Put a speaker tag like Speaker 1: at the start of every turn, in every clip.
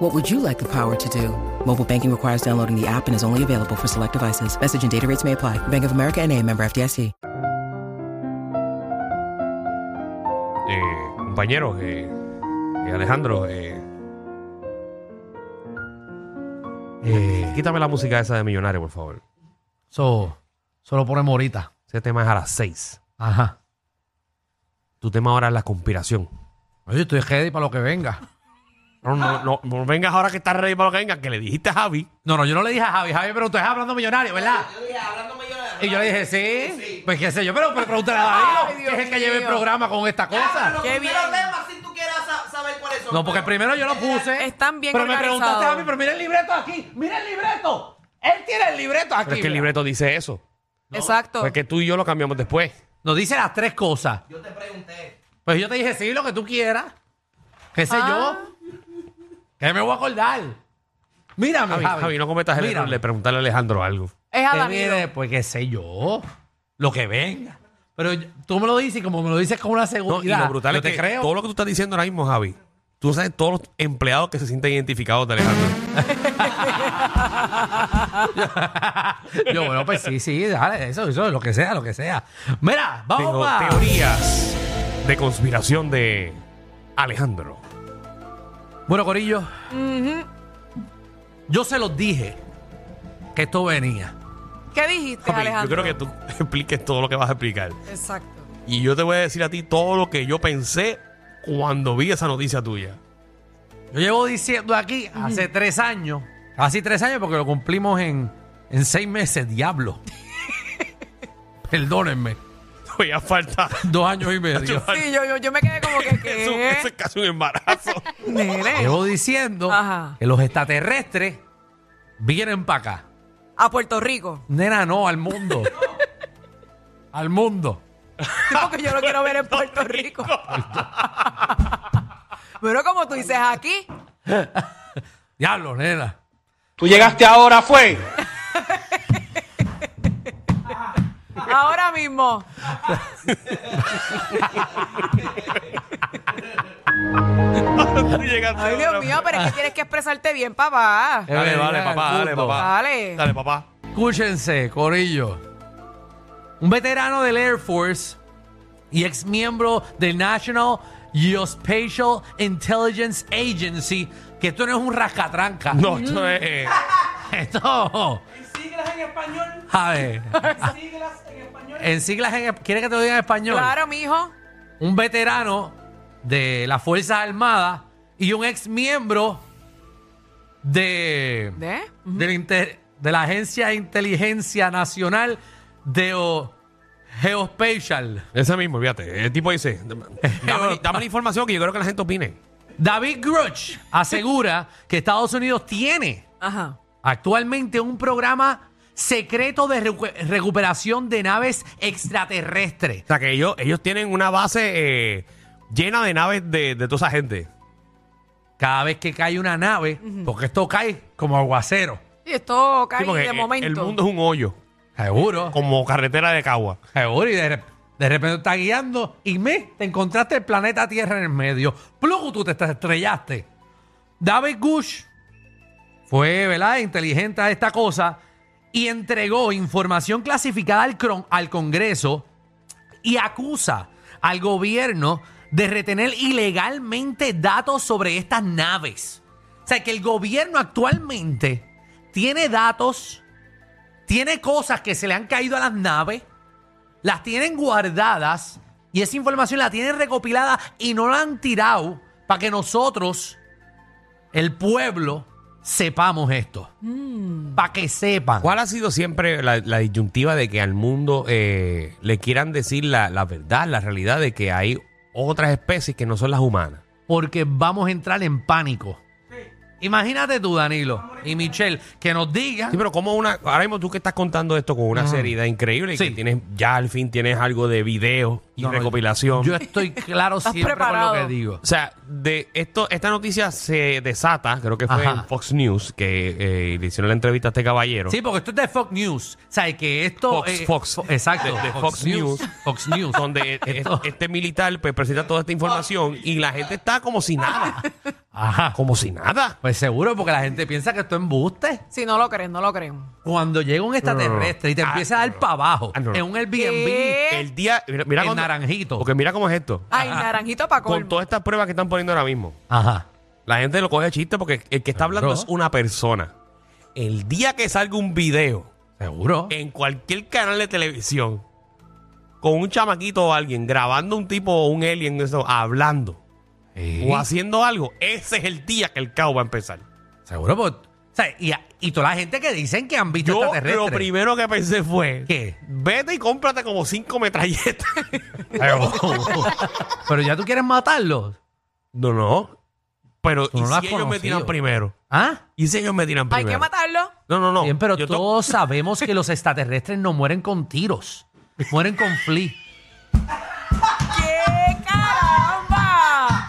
Speaker 1: What would you like the power to do? Mobile banking requires downloading the app and is only available for select devices. Message and data rates may apply. Bank of America and a member FDIC.
Speaker 2: eh, compañeros, eh, eh, Alejandro, eh, eh, quítame la música esa de Millonario, por favor.
Speaker 3: So, solo ponemos ahorita.
Speaker 2: Ese tema es a las 6.
Speaker 3: Ajá.
Speaker 2: Tu tema ahora es la conspiración.
Speaker 3: Oye, estoy ready para lo que venga.
Speaker 2: No, no, no, no vengas ahora que estás ready para lo que venga, que le dijiste a Javi.
Speaker 3: No, no, yo no le dije a Javi, Javi, pero tú estás hablando millonario, ¿verdad? Yo dije, hablando millonario. Y yo le dije, sí. Pues qué sé yo, pero, pero pregúntale a Danilo, que es el que lleva el programa con esta cosa.
Speaker 4: Qué bien. temas si tú quieras sa- saber cuáles son.
Speaker 3: No, porque primero yo lo puse.
Speaker 4: Están bien
Speaker 3: Pero me
Speaker 4: organizados.
Speaker 3: preguntaste a mí, pero mira el libreto aquí. Mira el libreto. Él tiene el libreto aquí.
Speaker 2: Pero es que el
Speaker 3: mira.
Speaker 2: libreto dice eso.
Speaker 4: Exacto.
Speaker 2: Porque tú y yo lo cambiamos después.
Speaker 3: Nos dice las tres cosas.
Speaker 4: Yo te pregunté.
Speaker 3: Pues yo te dije, sí, lo que tú quieras. ¿Qué sé
Speaker 4: Ah.
Speaker 3: yo? Que me voy a acordar. Mírame,
Speaker 2: Javi, Javi, no cometas el error
Speaker 3: Mírame.
Speaker 2: de preguntarle a Alejandro algo.
Speaker 4: Es a
Speaker 3: Que
Speaker 4: Danilo.
Speaker 3: viene, pues qué sé yo, lo que venga. Pero yo- tú me lo dices y como me lo dices con una
Speaker 2: No, y
Speaker 3: seguridad.
Speaker 2: lo brutal
Speaker 3: yo
Speaker 2: es
Speaker 3: te
Speaker 2: que
Speaker 3: creo.
Speaker 2: todo lo que tú estás diciendo ahora mismo, Javi, tú sabes todos los empleados que se sienten identificados de Alejandro.
Speaker 3: Yo, bueno, pues sí, sí, dale, eso, eso, lo que sea, lo que sea. Mira,
Speaker 2: Tengo
Speaker 3: vamos a
Speaker 2: teorías de conspiración de Alejandro.
Speaker 3: Bueno, Corillo. Yo se los dije que esto venía.
Speaker 4: ¿Qué dijiste,
Speaker 2: Papi, yo
Speaker 4: Alejandro?
Speaker 2: creo que tú expliques todo lo que vas a explicar.
Speaker 4: Exacto.
Speaker 2: Y yo te voy a decir a ti todo lo que yo pensé cuando vi esa noticia tuya.
Speaker 3: Yo llevo diciendo aquí hace tres años, casi tres años, porque lo cumplimos en, en seis meses, diablo. Perdónenme,
Speaker 2: Todavía falta.
Speaker 3: dos años y medio.
Speaker 4: Sí, yo, yo, yo me quedé como que. ¿qué?
Speaker 2: Eso, eso es casi un embarazo.
Speaker 4: Nene.
Speaker 3: Llevo diciendo
Speaker 4: Ajá.
Speaker 3: que los extraterrestres vienen para acá.
Speaker 4: A Puerto Rico.
Speaker 3: Nena, no, al mundo. al mundo.
Speaker 4: Sí, porque yo lo quiero ver en Puerto Rico. Pero como tú dices aquí,
Speaker 3: Diablo, nena.
Speaker 5: Tú llegaste ahora, fue.
Speaker 4: ahora mismo.
Speaker 2: Tú llegaste
Speaker 4: Ay,
Speaker 2: ahora.
Speaker 4: Dios mío, pero es que tienes que expresarte bien, papá.
Speaker 2: Dale,
Speaker 3: Es
Speaker 2: dale,
Speaker 3: verdad,
Speaker 2: papá,
Speaker 3: al
Speaker 2: dale,
Speaker 3: mundo.
Speaker 2: papá.
Speaker 4: Dale.
Speaker 2: Dale, papá.
Speaker 3: Escúchense, Corillo. Un veterano del Air Force y ex miembro del National Geospatial Intelligence Agency, que esto no es un rascatranca. Mm.
Speaker 2: No, esto es. eh,
Speaker 3: Esto.
Speaker 5: Siglas en español,
Speaker 3: A ver.
Speaker 5: siglas en español.
Speaker 3: En siglas, en- ¿quieres que te lo diga en español?
Speaker 4: Claro, mijo.
Speaker 3: un veterano de las Fuerzas Armadas y un ex miembro de,
Speaker 4: ¿De?
Speaker 3: del inter- de la Agencia de Inteligencia Nacional de o- Geospatial.
Speaker 2: ese mismo, fíjate. El tipo dice: dame, dame la información que yo creo que la gente opine.
Speaker 3: David Gruch asegura que Estados Unidos tiene
Speaker 4: Ajá.
Speaker 3: actualmente un programa secreto de recu- recuperación de naves extraterrestres.
Speaker 2: O sea, que ellos, ellos tienen una base eh, llena de naves de, de toda esa gente.
Speaker 3: Cada vez que cae una nave, porque esto cae como aguacero.
Speaker 4: Y esto
Speaker 2: Sí,
Speaker 4: cae
Speaker 2: porque
Speaker 4: de
Speaker 2: el-
Speaker 4: momento.
Speaker 2: el mundo es un hoyo,
Speaker 3: Seguro.
Speaker 2: como carretera de Cagua.
Speaker 3: Seguro, y de, rep- de repente está guiando y me, te encontraste el planeta Tierra en el medio. Plugo, tú te estre- estrellaste. David Gush fue, ¿verdad?, inteligente a esta cosa y entregó información clasificada al, cron- al Congreso y acusa al gobierno de retener ilegalmente datos sobre estas naves. O sea, que el gobierno actualmente tiene datos, tiene cosas que se le han caído a las naves, las tienen guardadas y esa información la tienen recopilada y no la han tirado para que nosotros, el pueblo, sepamos esto. Para que sepan.
Speaker 2: ¿Cuál ha sido siempre la, la disyuntiva de que al mundo eh, le quieran decir la, la verdad, la realidad de que hay otras especies que no son las humanas?
Speaker 3: porque vamos a entrar en pánico. Imagínate tú, Danilo y Michelle, que nos digan.
Speaker 2: Sí, pero como una. Ahora mismo tú que estás contando esto con una seriedad increíble y
Speaker 3: Sí.
Speaker 2: que tienes, ya al fin tienes algo de video y
Speaker 3: No, no,
Speaker 2: recopilación.
Speaker 3: Yo estoy claro
Speaker 4: Estás
Speaker 3: siempre
Speaker 4: preparado.
Speaker 3: con lo que digo.
Speaker 2: o sea, de esto, esta noticia se desata, creo que fue
Speaker 3: Ajá.
Speaker 2: en Fox News, que eh, le hicieron la entrevista a este caballero.
Speaker 3: Sí, porque esto es de Fox News. O sea, que esto.
Speaker 2: Fox,
Speaker 3: eh,
Speaker 2: Fox.
Speaker 3: fo- Exacto.
Speaker 2: De- de Fox News.
Speaker 3: Fox News.
Speaker 2: Donde eh, eh,
Speaker 3: Esto- Oh.
Speaker 2: este militar pues, presenta toda esta información y la gente está como si nada.
Speaker 3: Ajá.
Speaker 2: Como si nada.
Speaker 3: Pues seguro, porque la gente piensa que esto es embuste.
Speaker 4: Si no lo creen, no lo creen.
Speaker 3: Cuando llega un extraterrestre y te
Speaker 2: Ah,
Speaker 3: empieza a dar para abajo
Speaker 2: Ah, no, no.
Speaker 3: en un Airbnb,
Speaker 4: ¿Qué?
Speaker 2: El día. Mira, mira
Speaker 3: En
Speaker 2: cuando-
Speaker 3: naranjito.
Speaker 2: Porque mira cómo es esto.
Speaker 4: Ay, naranjito para
Speaker 2: Con todas estas pruebas que están poniendo ahora mismo.
Speaker 3: Ajá.
Speaker 2: La gente lo coge de chiste porque el que está hablando
Speaker 3: Claro.
Speaker 2: es una persona. El día que salga un video
Speaker 3: Seguro.
Speaker 2: en cualquier canal de televisión con un chamaquito o alguien grabando un tipo o un alien eso, hablando
Speaker 3: Sí.
Speaker 2: o haciendo algo, ese es el día que el caos va a empezar.
Speaker 3: Seguro, pues. O sea, y, a- y toda la gente que dicen que han visto
Speaker 2: Yo lo
Speaker 3: extraterrestres.
Speaker 2: primero que pensé fue,
Speaker 3: ¿Qué?
Speaker 2: vete y cómprate como cinco metralletas.
Speaker 3: Pero ya tú quieres matarlos.
Speaker 2: no, no. Pero
Speaker 3: Tú
Speaker 2: ¿y
Speaker 3: no lo
Speaker 2: si
Speaker 3: has
Speaker 2: ellos me tiran
Speaker 3: conocido.
Speaker 2: primero?
Speaker 3: ¿Ah?
Speaker 2: ¿Y si ellos me tiran
Speaker 4: Hay
Speaker 2: primero?
Speaker 4: que matarlo.
Speaker 2: No, no, no.
Speaker 3: Bien, pero
Speaker 2: Yo to-
Speaker 3: todos sabemos que los extraterrestres no mueren con tiros. Mueren con fli.
Speaker 4: ¡Qué caramba!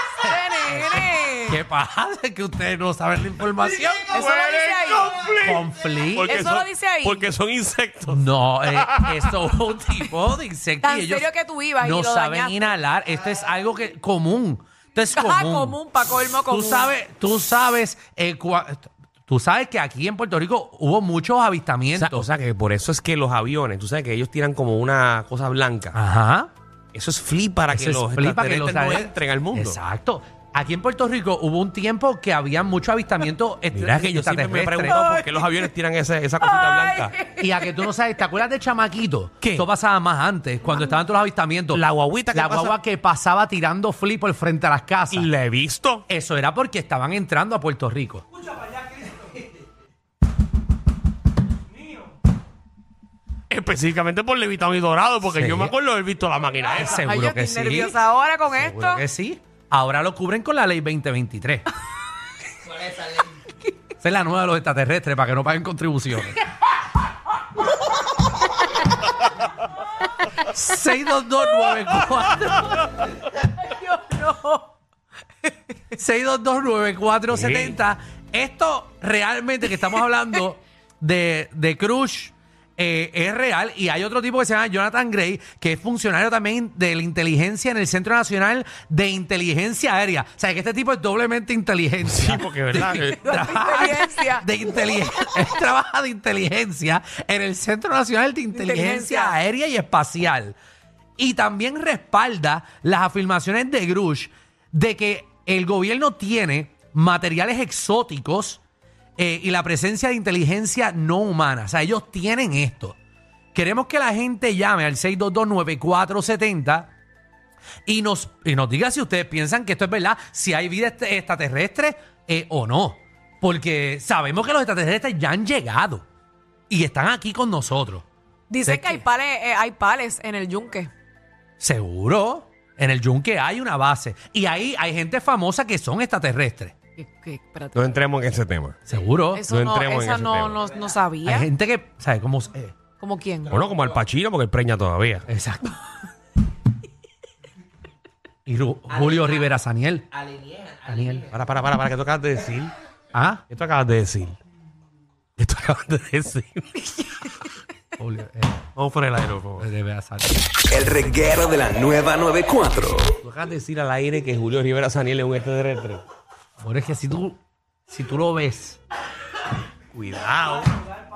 Speaker 4: ¡Ese nene!
Speaker 3: ¿Qué pasa? Que ustedes no saben la información.
Speaker 4: Eso lo dice ahí.
Speaker 3: Con fli.
Speaker 2: Porque
Speaker 4: Eso
Speaker 2: son-
Speaker 4: lo dice ahí.
Speaker 2: Porque son insectos.
Speaker 3: No, eh, esto es un tipo de insecto.
Speaker 4: Tan
Speaker 3: y ellos
Speaker 4: serio que tú ibas y
Speaker 3: No
Speaker 4: lo
Speaker 3: saben
Speaker 4: dañaste.
Speaker 3: inhalar. Esto es algo que común. Esto es común.
Speaker 4: Ah, común, pa' colmo, común.
Speaker 3: Tú sabes, tú sabes, eh, cua- tú sabes que aquí en Puerto Rico hubo muchos
Speaker 2: O sea,
Speaker 3: avistamientos.
Speaker 2: o sea que por eso es que los aviones, tú sabes que ellos tiran como una cosa blanca.
Speaker 3: Ajá.
Speaker 2: Ah. Eso es flip para que
Speaker 3: Eso
Speaker 2: los
Speaker 3: es flipa que los
Speaker 2: extraterrestres no
Speaker 3: ave-
Speaker 2: entren al mundo.
Speaker 3: Exacto. Aquí en Puerto Rico hubo un tiempo que había mucho avistamiento
Speaker 2: Mira que yo siempre me he
Speaker 3: extraterrestre.
Speaker 2: preguntado por qué los aviones tiran esa, esa cosita blanca.
Speaker 3: Y a que tú no sabes, ¿te acuerdas de chamaquito?
Speaker 2: ¿Qué?
Speaker 3: Esto pasaba más antes, cuando estaban todos los avistamientos.
Speaker 2: La guaguita que
Speaker 3: La
Speaker 2: pasa-
Speaker 3: guagua que pasaba tirando flip por frente a las casas.
Speaker 2: Y la he visto.
Speaker 3: Eso era porque estaban entrando a Puerto Rico.
Speaker 2: Específicamente por Levitado y Dorado, porque
Speaker 3: Sí.
Speaker 2: yo me acuerdo de haber visto la máquina esa.
Speaker 3: Seguro
Speaker 4: Ay, yo
Speaker 3: que
Speaker 4: estoy
Speaker 3: sí.
Speaker 4: nerviosa ahora con
Speaker 3: Seguro
Speaker 4: esto.
Speaker 3: que sí. Ahora lo cubren con la ley 2023. Esa es la nueva de los extraterrestres para que no paguen contribuciones. 62294
Speaker 4: No.
Speaker 3: 6229470 Esto realmente que estamos hablando de, de Crush eh, es real y hay otro tipo que se llama Jonathan Gray que es funcionario también de la inteligencia en el Centro Nacional de Inteligencia Aérea. O sea que este tipo es doblemente inteligente.
Speaker 2: Sí, porque verdad. eh,
Speaker 3: Trabaja
Speaker 4: Inteligencia.
Speaker 3: de inteligencia. Él trabaja de inteligencia en el Centro Nacional de Inteligencia,
Speaker 4: Inteligencia.
Speaker 3: Aérea y Espacial. Y también respalda las afirmaciones de Grush de que el gobierno tiene materiales exóticos eh, y la presencia de inteligencia no humana. O sea, ellos tienen esto. Queremos que la gente llame al 6229470 y nos, y nos diga si ustedes piensan que esto es verdad, si hay vida este- extraterrestre eh, o no. Porque sabemos que los extraterrestres ya han llegado y están aquí con nosotros.
Speaker 4: Dice
Speaker 3: ¿De
Speaker 4: que hay
Speaker 3: qué?
Speaker 4: pales, eh, hay pales en el yunque.
Speaker 3: Seguro, en el yunque hay una base y ahí hay gente famosa que son extraterrestres.
Speaker 4: ¿Qué, qué? Espérate.
Speaker 2: no entremos en ese tema.
Speaker 3: Seguro.
Speaker 4: Eso
Speaker 2: no
Speaker 4: no,
Speaker 2: entremos en
Speaker 4: esa
Speaker 2: ese
Speaker 4: no,
Speaker 2: tema.
Speaker 4: no, no
Speaker 3: Hay
Speaker 4: sabía.
Speaker 3: gente que, ¿sabes cómo? eh,
Speaker 4: ¿Como quién?
Speaker 2: Bueno, como al Pachino, porque el preña todavía.
Speaker 3: exacto. y Ru- Julio Rivera Saniel. Saniel.
Speaker 2: Para, para, para, para, ¿qué tú acabas de decir?
Speaker 3: Ah,
Speaker 2: ¿Qué tú acabas de decir? ¿Qué tú acabas de decir?
Speaker 3: Julio eh, pues,
Speaker 2: Vamos por el aire, por favor.
Speaker 3: Rivera Saniel.
Speaker 6: El reguero de la nueva 94.
Speaker 2: ¿Tú acabas de decir al aire que Julio Rivera Saniel es un extraterrestre?
Speaker 3: Amor, es que si tú, si tú lo ves,
Speaker 2: Cuidado.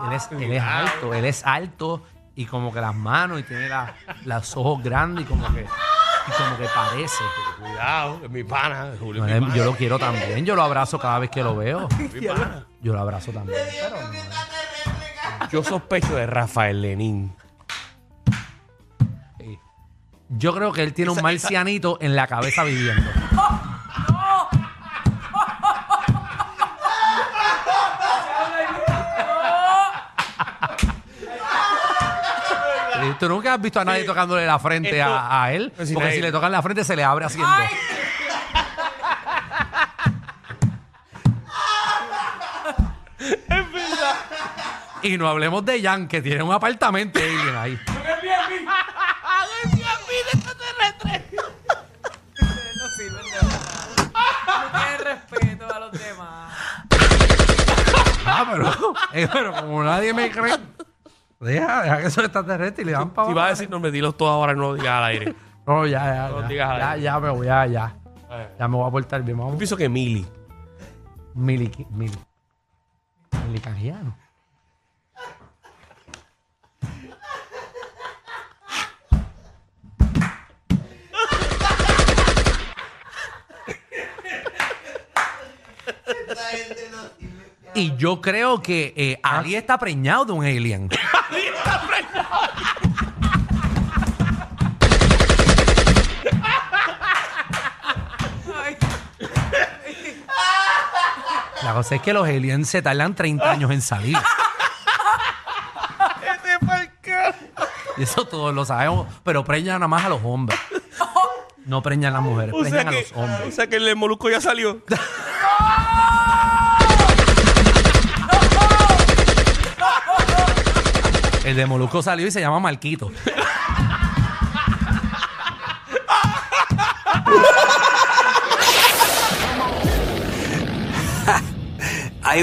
Speaker 3: él es, él es alto, él es alto y como que las manos y tiene la- los ojos grandes y como que, y como que parece.
Speaker 2: Cuidado, es mi pana. Julio,
Speaker 3: No,
Speaker 2: es mi
Speaker 3: él-
Speaker 2: pana.
Speaker 3: Yo lo quiero también, yo lo abrazo cada vez que lo veo.
Speaker 2: mi pana.
Speaker 3: Yo lo abrazo también. pero no.
Speaker 2: Yo sospecho de Rafael Lenín.
Speaker 3: Yo creo que él tiene un marcianito en la cabeza viviendo. Tú nunca has visto a nadie tocándole la frente
Speaker 2: Esto-
Speaker 3: a, a él,
Speaker 2: Pues si
Speaker 3: porque
Speaker 2: nadie-
Speaker 3: si le tocan la frente se le abre haciendo. Y no hablemos de Jan, que tiene un apartamento alien ahí.
Speaker 4: Ustedes no sirven de verdad. No tienen respeto a los demás.
Speaker 3: Ah, pero, eh, pero como nadie me cree, deja, deja que eso extraterrestre y le dan para
Speaker 2: Si vas a decir, no me dilos todo ahora, no lo digas al aire.
Speaker 3: No, ya, ya.
Speaker 2: No
Speaker 3: ya,
Speaker 2: digas
Speaker 3: ya,
Speaker 2: ahí.
Speaker 3: ya me voy, ya, ya.
Speaker 2: Eh.
Speaker 3: Ya me voy a portar bien.
Speaker 2: Yo
Speaker 3: Vamos.
Speaker 2: pienso que Mili.
Speaker 3: Miliqui- mili- Milicangiano. Y yo creo que eh,
Speaker 2: Ah.
Speaker 3: Ali está preñado de un alien.
Speaker 4: Ay,
Speaker 3: La cosa es que los aliens se tardan 30 años en salir.
Speaker 2: Este
Speaker 3: Y eso todos lo sabemos, pero preñan nada más a los hombres. No preñan a las mujeres, preñan a los hombres.
Speaker 2: o sea que el molusco ya salió.
Speaker 3: El de Molusco salió y se llama Marquito.
Speaker 6: Hay